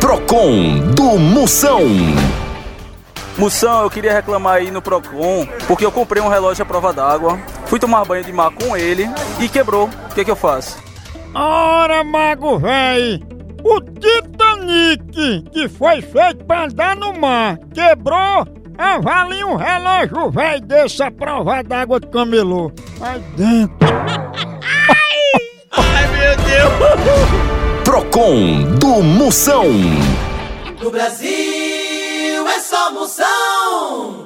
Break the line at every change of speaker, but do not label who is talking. Procon do Moção.
Moção, eu queria reclamar aí no Procon, porque eu comprei um relógio à prova d'água, fui tomar banho de mar com ele e quebrou. O que, é que eu faço?
Ora, mago véi! O Titanic, que foi feito pra andar no mar, quebrou, avalia um relógio véi desse à prova d'água de camelô. Aí dentro.
Procon do Moção.
No Brasil é só moção.